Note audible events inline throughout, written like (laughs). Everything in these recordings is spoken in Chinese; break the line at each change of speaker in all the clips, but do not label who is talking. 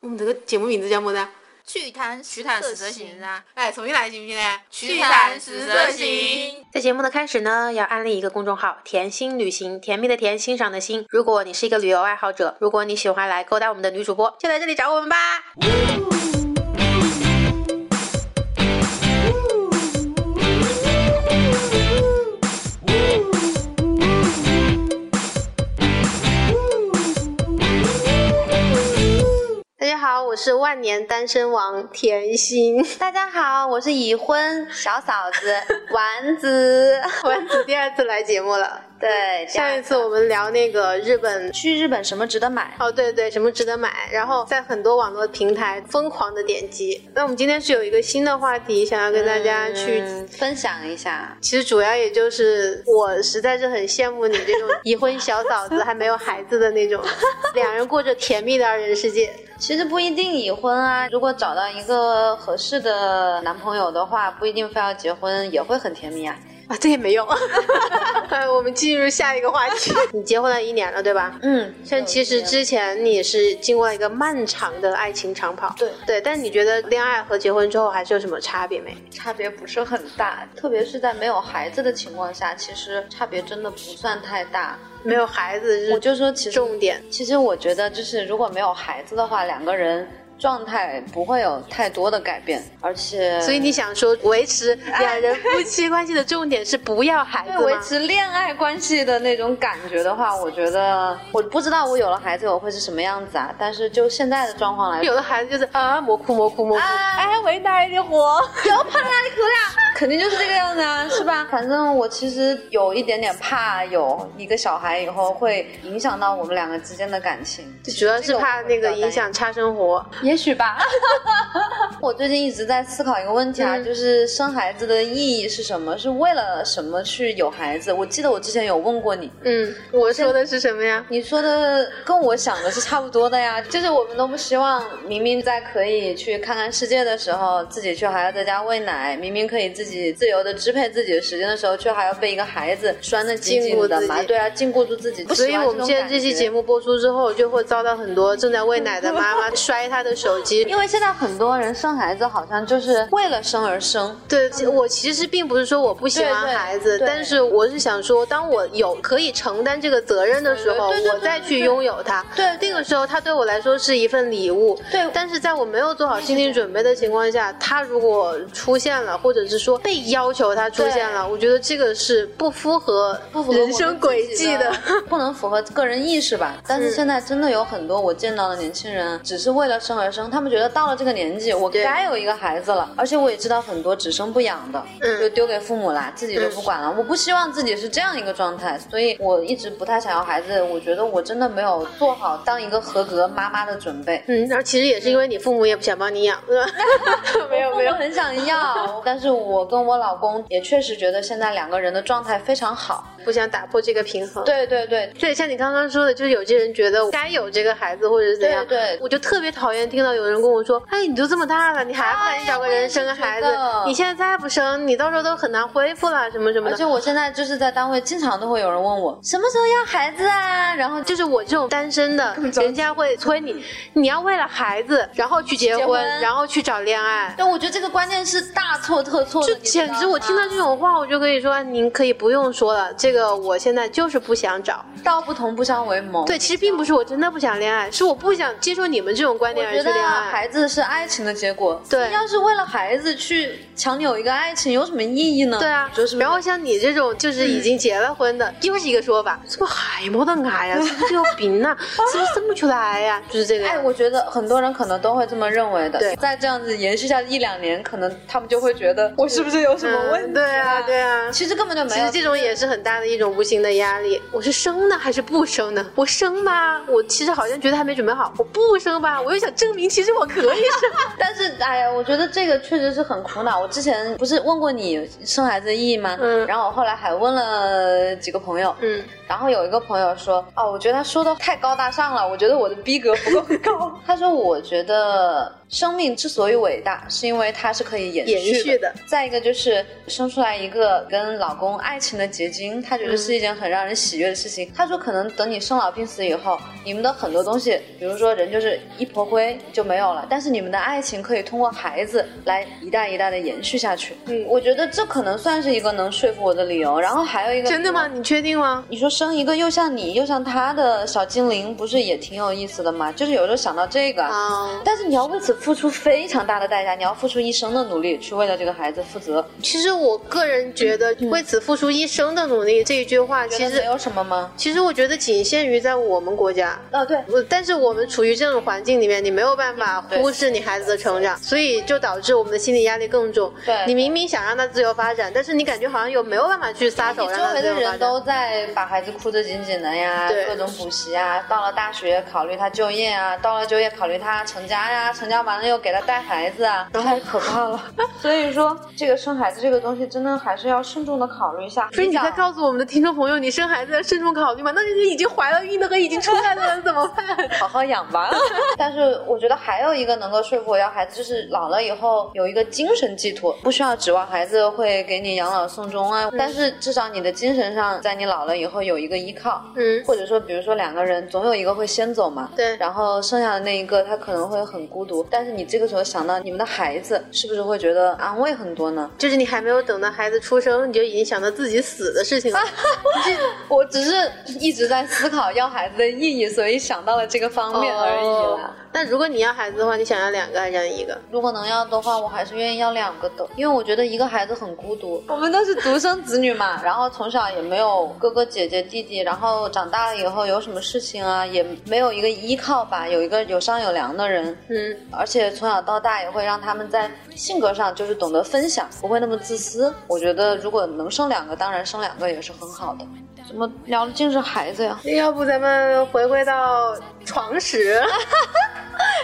我们这个节目名字叫么子啊？
趣谈
曲坛十色行啊！哎，重新来行不行呢？
曲坛十色行。
在节目的开始呢，要安利一个公众号“甜心旅行”，甜蜜的甜，欣赏的欣。如果你是一个旅游爱好者，如果你喜欢来勾搭我们的女主播，就来这里找我们吧。大家好，我是万年单身王甜心。 (laughs)
大家好，我是已婚小嫂子丸子。
丸子第二次来节目 (laughs) 了，
对，这样
上一次我们聊那个日本
去日本什么值得买？
哦，对对，什么值得买？然后在很多网络平台疯狂的点击。那我们今天是有一个新的话题，想要跟大家去，
嗯分享一下。
其实主要也就是我实在是很羡慕你这
(laughs)
种已婚小嫂子还没有孩子的那种，两人过着甜蜜的二人世界。
其实不一定已婚啊，如果找到一个合适的男朋友的话，不一定非要结婚，也会很甜蜜啊。
啊，这也没用。 (laughs) 哎，我们进入下一个话题。 (laughs) 你结婚了一年了，对吧？
嗯，
像其实之前你是经过一个漫长的爱情长跑，
对
对，但你觉得恋爱和结婚之后还是有什么差别没？
差别不是很大，特别是在没有孩子的情况下，其实差别真的不算太大。
没有孩子
我
是
就说，其实
重点，
其实我觉得，就是如果没有孩子的话，两个人状态不会有太多的改变，而且
所以你想说维持两人夫妻关系的重点是不要孩子
对维
吗？
持恋爱关系的那种感觉的话，我觉得我不知道我有了孩子我会是什么样子啊。但是就现在的状况来说，
有的孩子就是啊，模糊模糊模糊。
哎，伟大一点活，有怕哪里可啦， (laughs) 肯定就是这个样子啊，是吧？反正我其实有一点点怕有一个小孩以后会影响到我们两个之间的感情，
就主要是怕那个影响差生活，
也许 (laughs) 吧。我最近一直在思考一个问题啊，
嗯
就是生孩子的意义是什么？是为了什么去有孩子？我记得我之前有问过你，
嗯，我说的是什么呀？
你说的跟我想的是差不多的呀，就是我们都不希望明明在可以去看看世界的时候，自己却还要在家喂奶；明明可以自己自由的支配自己的时间的时候，却还要被一个孩子拴得紧紧的
禁锢自
嘛。
己
对啊，禁锢住自己。
所以我们现在这期节
目，
目播出之后，就会遭到很多正在喂奶的妈 (laughs) 妈摔她的手机。
因为现在很多人生孩子好像就是为了生而生，
对，其我其实并不是说我不喜欢
对对
孩子，
对
但是我是想说，当我有可以承担这个责任的时候，
对对对
我再去拥有它。
对
那个时候，它对我来说是一份礼物。
对
但是在我没有做好心理准备的情况下，它如果出现了，或者是说被要求它出现了，我觉得这个是不符合
不符合我
人
们
生轨
自己
迹
的，不能符合个人意识吧。但是
是
现在真的有很多我见到的年轻人，只是为了生而生，他们觉得到了这个年纪，我
对
该有一个孩子了。而且我也知道很多只生不养的，
嗯
就丢给父母啦，自己都不管了。我不希望自己是这样一个状态，所以我一直不太想要孩子。我觉得我真的没有做好当一个合格妈妈的准备。
嗯，然后其实也是因为你父母也不想帮你养，是吧？ (laughs) 没有
我
没有，
很想要，但是我跟我老公也确实觉得现在两个人的状态非
(laughs)
常好。
不想打破这个平衡。
对对对，
对，像你刚刚说的，就是有些人觉得该有这个孩子或者是怎样，
对对
我就特别讨厌听到有人跟我说，哎，你都这么大了，你还不赶紧找个人生个孩子
哎我也是觉，得
你现在再不生，你到时候都很难恢复了，什么什么
而且
的。
我现在就是在单位，经常都会有人问我什么时候要孩子啊，然后就
就是我这种单身的，人家会催你， (laughs) 你要为了孩子，然后去结婚，
结婚
然后去找恋爱，
但我觉得这个观念是大错特错的，
就
你知道
简直！我听到
吗
这种话，我就跟你说，哎您可以不用说了，这个我现在就是不想找。
道不同不相为谋。
对，其实并不是我真的不想恋爱，是我不想接受你们这种观
我
点而
觉
去
得
恋
啊
爱。
孩子是爱情的结果，
对
要是为了孩子去强扭一个爱情，有什么意义呢？
对啊，
就是
然后像你这种就是已经结了婚的，又是一个说法，怎么还没得爱呀？是不是有病呐？是不是生不出来呀？就是这个
哎，
样。
我觉得很多人可能都会这么认为的。
对
再这样子延续下一两年，可能他们就会觉得我是不是有什么问
嗯
题？
对啊，对啊。
其实根本就没
其
有。
实这种也是很大的一种无形的压力。我是生呢还是不生呢？我生吧，我其实好像觉得还没准备好；我不生吧，我又想证明其实我可以生。
但是，哎呀，我觉得这个确实是很苦恼。我之前不是问过你生孩子的意义吗？
嗯
然后我后来还问了几个朋友，
嗯，
然后有一个朋友说， (laughs) 哦，我觉得他说的太高大上了，我觉得我的逼格不够高。他说，我觉得生命之所以伟大，是因为它是可以延
延续的。
再一个 (laughs) 就是生出来一个跟老公爱情的结晶，她觉得是一件很让人喜悦的事情。她说，可能等你生老病死以后，你们的很多东西，比如说人就是一坨灰就没有了，但是你们的爱情可以通过孩子来一代一代的延续下去。嗯，我觉得这可能算是一个能说服我的理由。然后还有一个
真的吗？你确定吗？
你说生一个又像你又像他的小精灵，不是也挺有意思的吗？就是有时候想到这个，
啊，
但是你要为此付出非常大的代价，你要付出一生的努力去为了这个孩子负责。
其实我个人觉得“为此付出一生的努力”这一句话，
觉
其
得
实
没有什么吗？
其实我觉得仅限于在我们国家。
哦，对，
我但是我们处于这种环境里面，你没有办法
对
忽视你孩子的成长，所以就导致我们的心理压力更重。
对
你明明想让他自由发展，但是你感觉好像有没有办法去撒手
你
让
周
他
围
自
的
由
人
发
都
展。
在把孩子哭得紧紧的呀，
对
各种补习啊，到了大学考虑他就业啊，到了就业考虑他成家呀、成家完了又给他带孩子啊，太可怕了。 (laughs) 所以说，这个生孩子这个东西，真的还是要慎重的考虑一下。
所以你
想
在告诉我们的听众朋友，你生孩子要慎重考虑嘛？那这个已经怀了孕的和已经出来 (laughs) 的人怎么办？
(laughs) 好好养吧。但是我觉得还有一个能够说服我要孩子，就是老了以后有一个精神寄托，不需要指望孩子会给你养老送终啊，但是至少你的精神上，在你老了以后有一个依靠。
嗯，
或者说，比如说两个人总有一个会先走嘛，
对
然后剩下的那一个他可能会很孤独，但是你这个时候想到你们的孩子，是不是会觉得安慰很多呢？
就是你还没有等到孩子出生，你就已经想到自己死的事情了。
我只是一直在思考要孩子的意义，所以想到了这个方面而已啦。
哦那如果你要孩子的话，你想要两个还是想要一个？
如果能要的话，我还是愿意要两个的，因为我觉得一个孩子很孤独。我们都是独生子女嘛， (laughs) 然后从小也没有哥哥姐姐弟弟，然后长大了以后有什么事情啊，也没有一个依靠吧，有一个有商有量的人。
嗯，
而且从小到大也会让他们在性格上就是懂得分享，不会那么自私。我觉得如果能生两个，当然生两个也是很好的。怎么聊的尽是孩子呀？
要不咱们回归到床 (laughs) 时？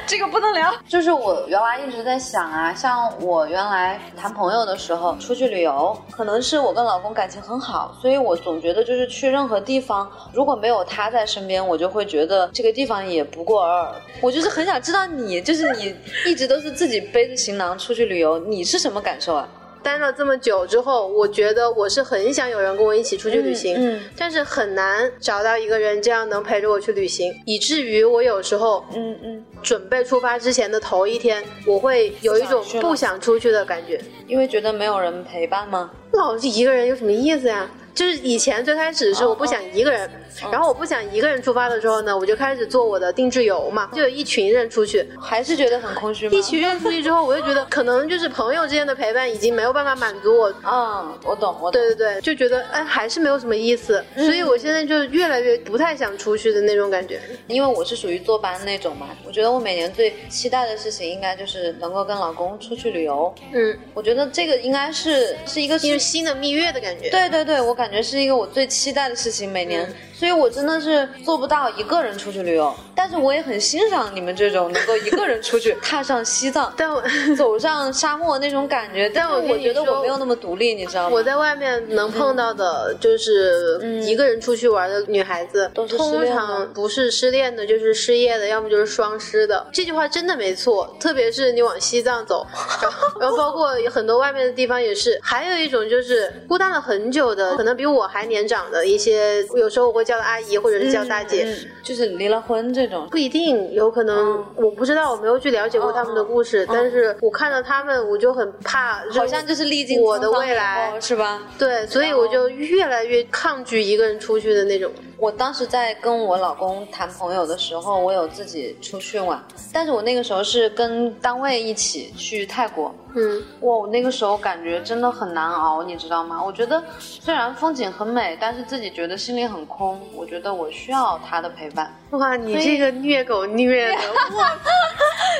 这个不能聊。就是我原来一直在想啊，像我原来谈朋友的时候，出去旅游，可能是我跟老公感情很好，所以我总觉得就是去任何地方，如果没有他在身边，我就会觉得这个地方也不过尔尔。我就是很想知道你，就是你一直都是自己背着行囊出去旅游，你是什么感受啊？
单了这么久之后，我觉得我是很想有人跟我一起出去旅行，
嗯嗯
但是很难找到一个人这样能陪着我去旅行，以至于我有时候
嗯嗯，
准备出发之前的头一天，我会有一种
不想去了
不想出去的感觉。
因为觉得没有人陪伴吗？
老是一个人有什么意思呀？就是以前最开始是我不想一个人，然后我不想一个人出发的时候呢，我就开始做我的定制游嘛，就有一群人出去，
还是觉得很空虚吗？
一群人出去之后，我就觉得可能就是朋友之间的陪伴已经没有办法满足我
嗯，我懂，我懂。
对对对，就觉得哎，还是没有什么意思，所以我现在就越来越不太想出去的那种感觉。
因为我是属于坐班那种嘛，我觉得我每年最期待的事情应该就是能够跟老公出去旅游。
嗯，
我觉得这个应该是是一个
就是
是。
新的蜜月的感觉。，
对对对，我感觉是一个我最期待的事情，每
嗯
年，所以我真的是做不到一个人出去旅游，但是我也很欣赏你们这种能够一个人出
(laughs)
去踏上西藏、
但我
走上沙漠那种感觉，但
我跟
我
你
觉得
说
我没有那么独立，你知道吗？
我在外面
嗯
能碰到的，就是一个人出去玩的女孩子，
都是失
通
恋的
常不是失恋的，就是失业的，要么就是双失的。这句话真的没错，特别是你往西藏走，然后然后包括很多外面的地方也是。还有一种就是孤单了很久的，可能比我还年长的一些，有时候我会叫她阿姨或者是叫大姐。
嗯，就是离了婚这种，
不一定，有可能、我不知道，我没有去了解过他们
哦
的故事，但是我看到他们，我就很怕扔，
好像就是历经
我的
沧桑哦
未
以
来
后，是吧？
对，所以我就越来越抗拒一个人出去的那种。
我当时在跟我老公谈朋友的时候，我有自己出去玩，但是我那个时候是跟单位一起去泰国。
嗯，
哇，我那个时候感觉真的很难熬，你知道吗？我觉得虽然风景很美，但是自己觉得心里很空。我觉得我需要他的陪伴，
哇，你
这
个虐狗虐的，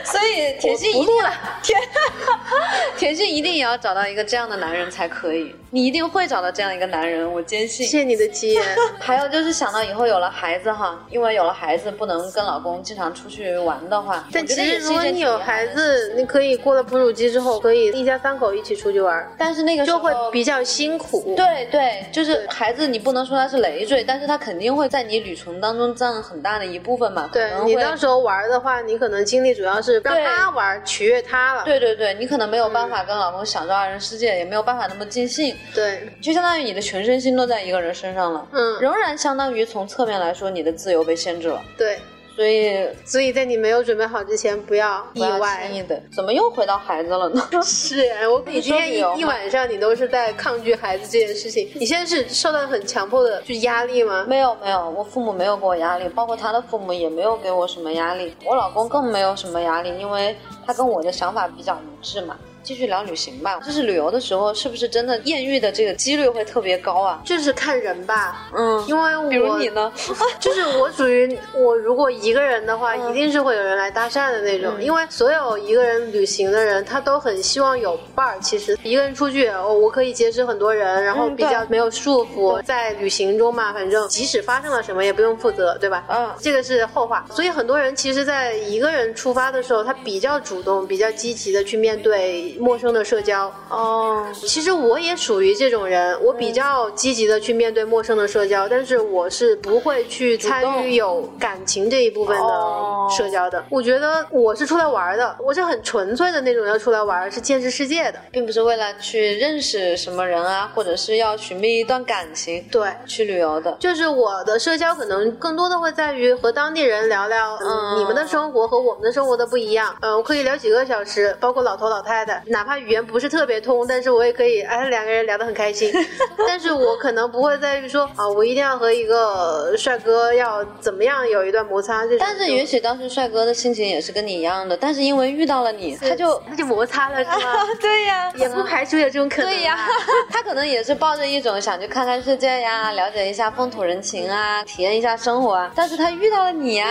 所以
我
甜心
不
一定， (laughs)
录了。
甜心一定也要找到一个这样的男人才可以。你一定会找到这样一个男人，我坚信
谢。谢你的鸡言。
还有就是想到以后有了孩子哈，因为有了孩子不能跟老公经常出去玩的话，
但
我觉
其
得也
实
是
如
一
果
件
你有
挺遗憾
孩
的事
子，你可以过了哺乳期之后，可以一家三口一起出去玩，
但是那个时
就
候
会比较辛苦。，
对对，就是孩子，你不能说他是累赘，但是他肯定会在你旅程当中占很大的一部分嘛。可
对
能
你
会
到时候玩的话，你可能精力主要是让
对
他玩，取悦他了。
对对对，你可能没有办法跟老公享受二人世界，也没有办法那么尽兴，
对
就相当于你的全身心都在一个人身上了。
嗯
仍然相当于从侧面来说，你的自由被限制了。
对，
所以
所以在你没有准备好之前，不要意
不要轻易
外。
的，怎么又回到孩子了呢？
是我，你今天
你说旅游
一
嘛
一晚上你都是在抗拒孩子这件事情，你现在是受到很强迫的就压力吗？
没有没有，我父母没有给我压力，包括他的父母也没有给我什么压力，我老公更没有什么压力，因为他跟我的想法比较一致嘛。继续聊旅行吧，就是旅游的时候，是不是真的艳遇的这个几率会特别高啊？
就是看人吧，
嗯，
因为我
比如你呢？
(laughs) 就是我属于我，如果一个人的话，
嗯
一定是会有人来搭讪的那种，因为所有一个人旅行的人，他都很希望有伴儿。其实一个人出去，哦，我可以结识很多人，然后
嗯
比
对
较没有束缚，在旅行中嘛，反正即使发生了什么也不用负责，对吧？
嗯
这个是后话。所以很多人其实，在一个人出发的时候，他比较主动、比较积极的去面对陌生的社交。
哦，
其实我也属于这种人，我比较积极的去面对陌生的社交，但是我是不会去参与有感情这一部分
哦
的社交的。我觉得我是出来玩的，我是很纯粹的那种要出来玩，是见识世界的。
并不是为了去认识什么人啊，或者是要寻觅一段感情
对，
去旅游的。
就是我的社交可能更多的会在于和当地人聊聊，嗯，
嗯
你们的生活和我们的生活的不一样，嗯，我可以聊几个小时，包括老头老太太，哪怕语言不是特别通，但是我也可以，哎，两个人聊得很开
(laughs)
心。但是我可能不会在于说啊，我一定要和一个帅哥要怎么样有一段摩擦这种，
但是也许当时帅哥的心情也是跟你一样的，但是因为遇到了你，他就
他就摩擦了是
(laughs)
吗？
对呀、
也不排除有这种 (laughs) 可能、啊
对呀，他可能也是抱着一种想去看看世界呀，了解一下风土人情啊，体验一下生活啊。但是他遇到了你啊，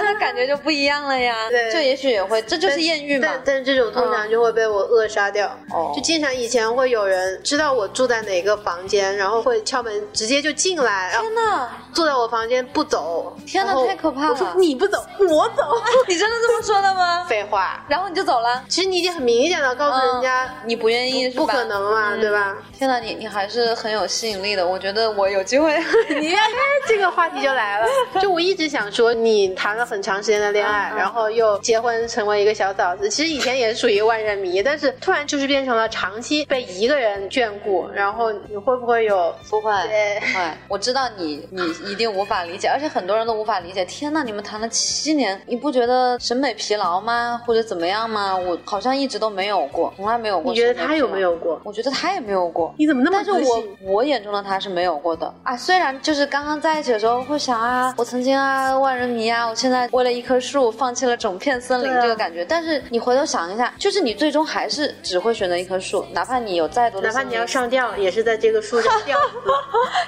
他感觉就不一样了呀。
对
就也许也会，这就是艳遇嘛嗯
但。但是这种通常就会被我扼杀掉。
哦
就经常以前会有人知道我住在哪个房间，然后会敲门直接就进来，然后
天哪，
坐在我房间不走。
天哪
然后
太可怕了
我说你不走，我走。
(laughs) 你真的这么说
(laughs)
的吗？
废话，
然后你就走了？嗯
其实你已经很明显的告诉人家、
你不愿意是吧？
不
嗯
可。能嘛，对吧？
天哪，你你还是很有吸引力的，我觉得我有机会。 (laughs)
你哎这个话题就 (laughs) 来了，就我一直想说，你谈了很长时间的恋爱，然后又结婚成为一个小嫂子，其实以前也是属于万人迷，但是突然就是变成了长期被一个人眷顾，然后你会不会有
不会，
对
不会，哎我知道你，你一定无法理解，而且很多人都无法理解。天呐，你们谈了七年，你不觉得审美疲劳吗？或者怎么样吗？我好像一直都没有过，从来没有过。
你觉得他有没？有过？
我觉得他也没有过。
你怎么那么
但是
自
我
信？
我眼中的他是没有过的啊，虽然就是刚刚在一起的时候会想啊，我曾经啊万人迷啊，我现在为了一棵树放弃了整片森林
对啊
这个感觉，但是你回头想一下，就是你最终还是只会选择一棵树，哪怕你有再多的
哪怕
森
你
林
要上吊，也是在这个树 (laughs) 上吊。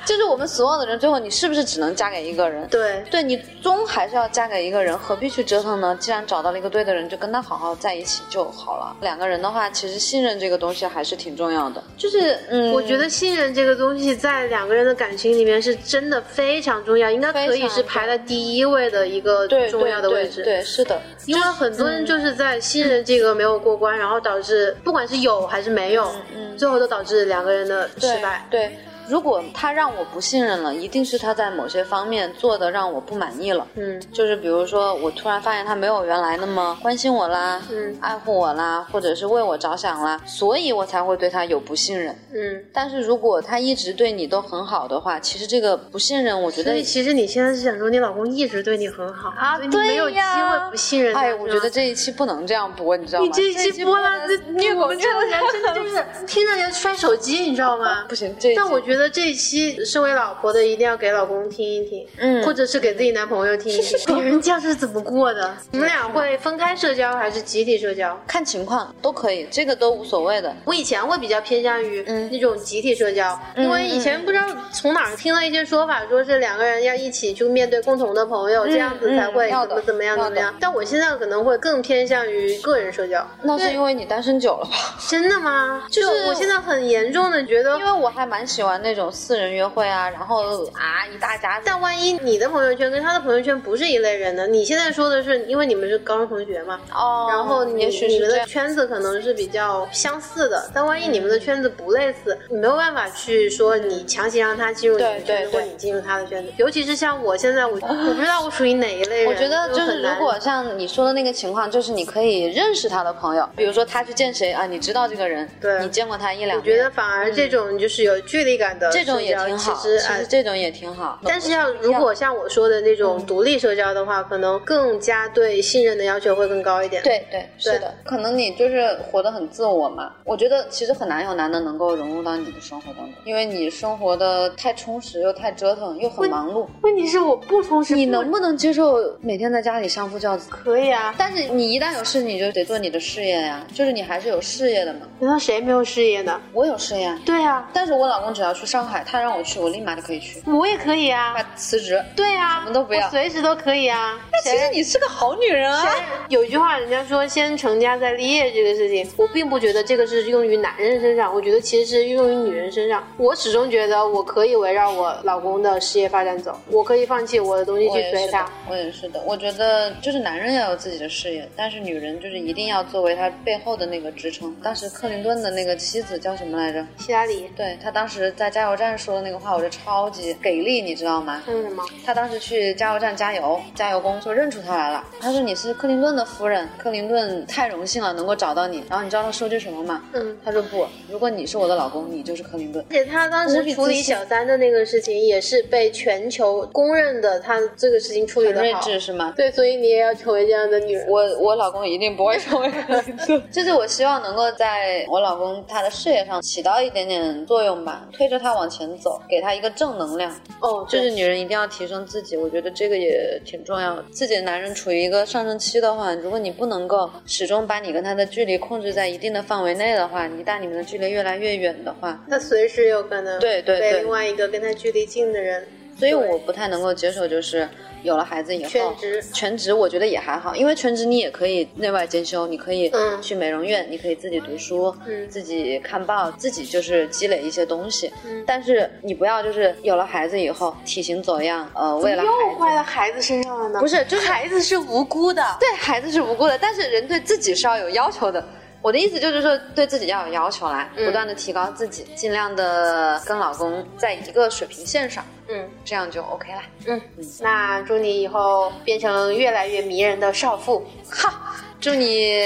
就是我们所有的人，最后你是不是只能嫁给一个人？
对，
对你终还是要嫁给一个人，何必去折腾呢？既然找到了一个对的人，就跟他好好在一起就好了。两个人的话，其实信任这个东西还是挺重要的。就是，嗯，
我觉得信任这个东西在两个人的感情里面是真的非常重要，应该可
非
以
常
是排在第一位的一个
对
重要的位置。
对对对是的，
因为很多人就是在
嗯
信任这个没有过关，然后导致不管是有还是没有，最后都导致两个人的失败。
嗯对。对如果他让我不信任了，一定是他在某些方面做的让我不满意了。
嗯，
就是比如说，我突然发现他没有原来那么关心我啦，
嗯
爱护我啦，或者是为我着想啦，所以我才会对他有不信任。
嗯，
但是如果他一直对你都很好的话，其实这个不信任，我觉
所
得
以其实你现在是想说你老公一直对你很好啊你没有
对
机
呀
会不信任他。
哎，我
是吗
觉得这一期不能这样播，你知道吗？
你这一期播了，这
虐
我
狗
们
虐
这
的？
种人真的就是听着人摔手机，你知道吗
哦不行，这一期
但我觉得这一期身为老婆的一定要给老公听一听，
嗯
或者是给自己男朋友听一
(laughs)
听，别人这样是怎么过的？你们俩会分开社交还是集体社交？
看情况都可以，这个都无所谓的。
我以前会比较偏向于
嗯
那种集体社交，因为以前不知道从哪儿听到一些说法，说是两个人要一起去面对共同的朋友，这样子才会
嗯要
怎
的
么怎么样
要的
怎么样。但我现在可能会更偏向于个人社交，
那是因为你单身久了吧？ (laughs)
真的吗？就是我现在很严重的觉得
因为我还蛮喜欢那那种四人约会啊，然后啊一大家子
但万一你的朋友圈跟他的朋友圈不是一类人呢？你现在说的是，因为你们是高中同学嘛，
哦，
然后你
也许
你
是
们
这
的
样。
圈子可能是比较相似的，但万一你们的圈子不类似，你没有办法去说你强行让他进入你的
对
圈子，
对
或你进入他的圈子。尤其是像我现在，
(laughs)
我我不知道我属于哪一类人，
我觉得就
很
是，如
难
果像你说的那个情况，就是你可以认识他的朋友，比如说他去见谁啊，你知道这个人，
对
你见过他一两面，
我觉得反而这种就是有距离感的
嗯这种也
社交
挺好，
其实啊
呃其实哎这种也挺好。
但是要如果像我说的那
嗯
种独立社交的话，可能更加对信任的要求会更高一点。，
对对，是的，可能你就是活得很自我嘛。我觉得其实很难有男的能够融入到你的生活当中，因为你生活的太充实，又太折腾，又很忙碌。
问题是我不充实，
你能不能接受每天在家里相夫教子？
可以啊？
但是你一旦有事，你就得做你的事业呀，就是你还是有事业的嘛。
难道谁没有事业呢？
我有事业啊，
对啊，
但是我老公只要去上海，他让我去，我立马就可以去，
我也可以
他
啊。
辞职。
对啊，
什么都不要
我随时都可以啊。
其实你是个好女人啊。
有一句话，人家说“先成家再立业”这个事情，我并不觉得这个是用于男人身上，我觉得其实是用于女人身上。我始终觉得我可以围绕我老公的事业发展走，我可以放弃我的东西
我
去
也
追
是
他
的。，我也是的。我觉得就是男人要有自己的事业，但是女人就是一定要作为他背后的那个支撑。当时克林顿的那个妻子叫什么来着？
希拉里
对他当时在加油站说的那个话，我觉得超级给力，你知道吗？
还有嗯什么？
他当时去加油站加油，加油工就认出他来了。他说：“你是克林顿的夫人，克林顿太荣幸了能够找到你。”然后你知道他说句什么吗？
嗯，
他说：“不，如果你是我的老公，你就是克林顿。
而且他当时处理小三的那个事情，也是被全球公认的，他这个事情处”理
很
的
睿
好。
智是吗？
对，所以你也要成为这样的女人。
我我老公一定不会成为克林顿， (laughs) 就是我希望能够在我老公他的事业上起到一点点作用吧，推着他往前走，给他一个正能量。
哦，
就
对
是女人一定要提升自己，我觉得这个也挺重要的。自己的男人处于一个上升期的话，如果你不能够始终把你跟他的距离控制在一定的范围内的话，一旦你们的距离越来越远的话，
他随时有可能
对对
被
对
另外一个跟他距离近的人
所以我不太能够接受，就是有了孩子以后
全职。
全职我觉得也还好，因为全职你也可以内外兼修，你可以
嗯
去美容院，你可以自己读书，
嗯
自己看报，自己就是积累一些东西。
嗯
但是你不要就是有了孩子以后体型走样，呃，为了
又
孩
怪
子。
到孩子身上了呢
不。是，就是
孩子是无辜的，
对孩子是无辜的，但是人对自己是要有要求的。我的意思就是说，对自己要有要求来，
嗯
不断的提高自己，尽量的跟老公在一个水平线上，
嗯，
这样就 OK 了。
那祝你以后变成越来越迷人的少妇。
好，祝你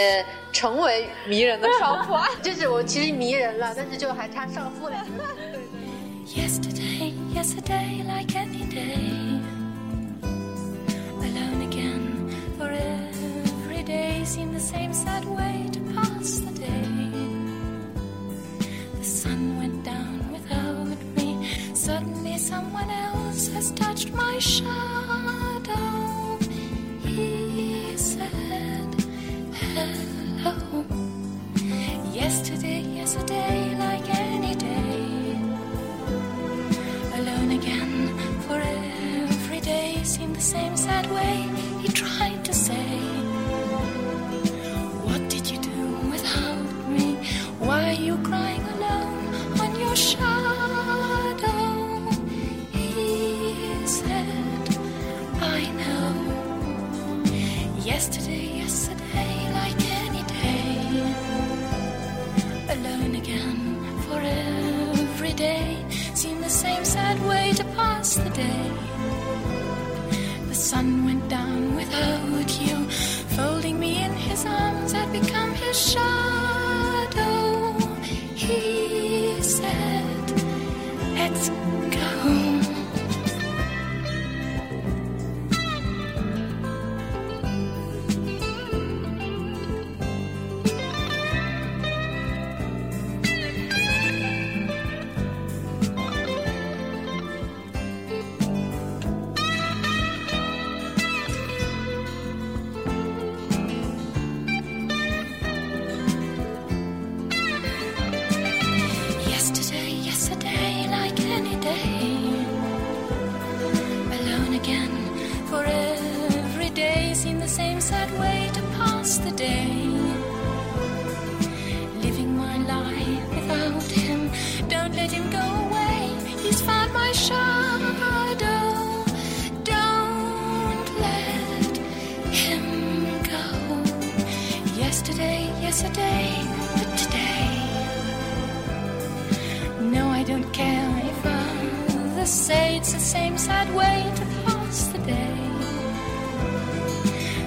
成为迷人的
(laughs)
少妇。
就是我其实迷人了，但是就还差少妇两个字。
Yesterday, yesterday, like any day. Alone again, for every day seemed the same sad way to pass the day. The sun went down without me. Suddenly, someone else has touched my shadow. He said, Hello. Yesterday, yesterday, like any day alone again. For every day seemed the same sad way. He tried to say, What did you do without me? Why are you crying alone on your shadow? He said, I know. Yesterday, yesterday, like any day alone again for every day seemed the same sad way to pass the day the sun went down without you folding me in his arms i'd become his shadow he said let's go home It's the same sad way to pass the day.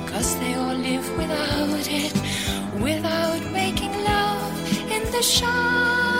Cause they all live without it, without making love in the shine.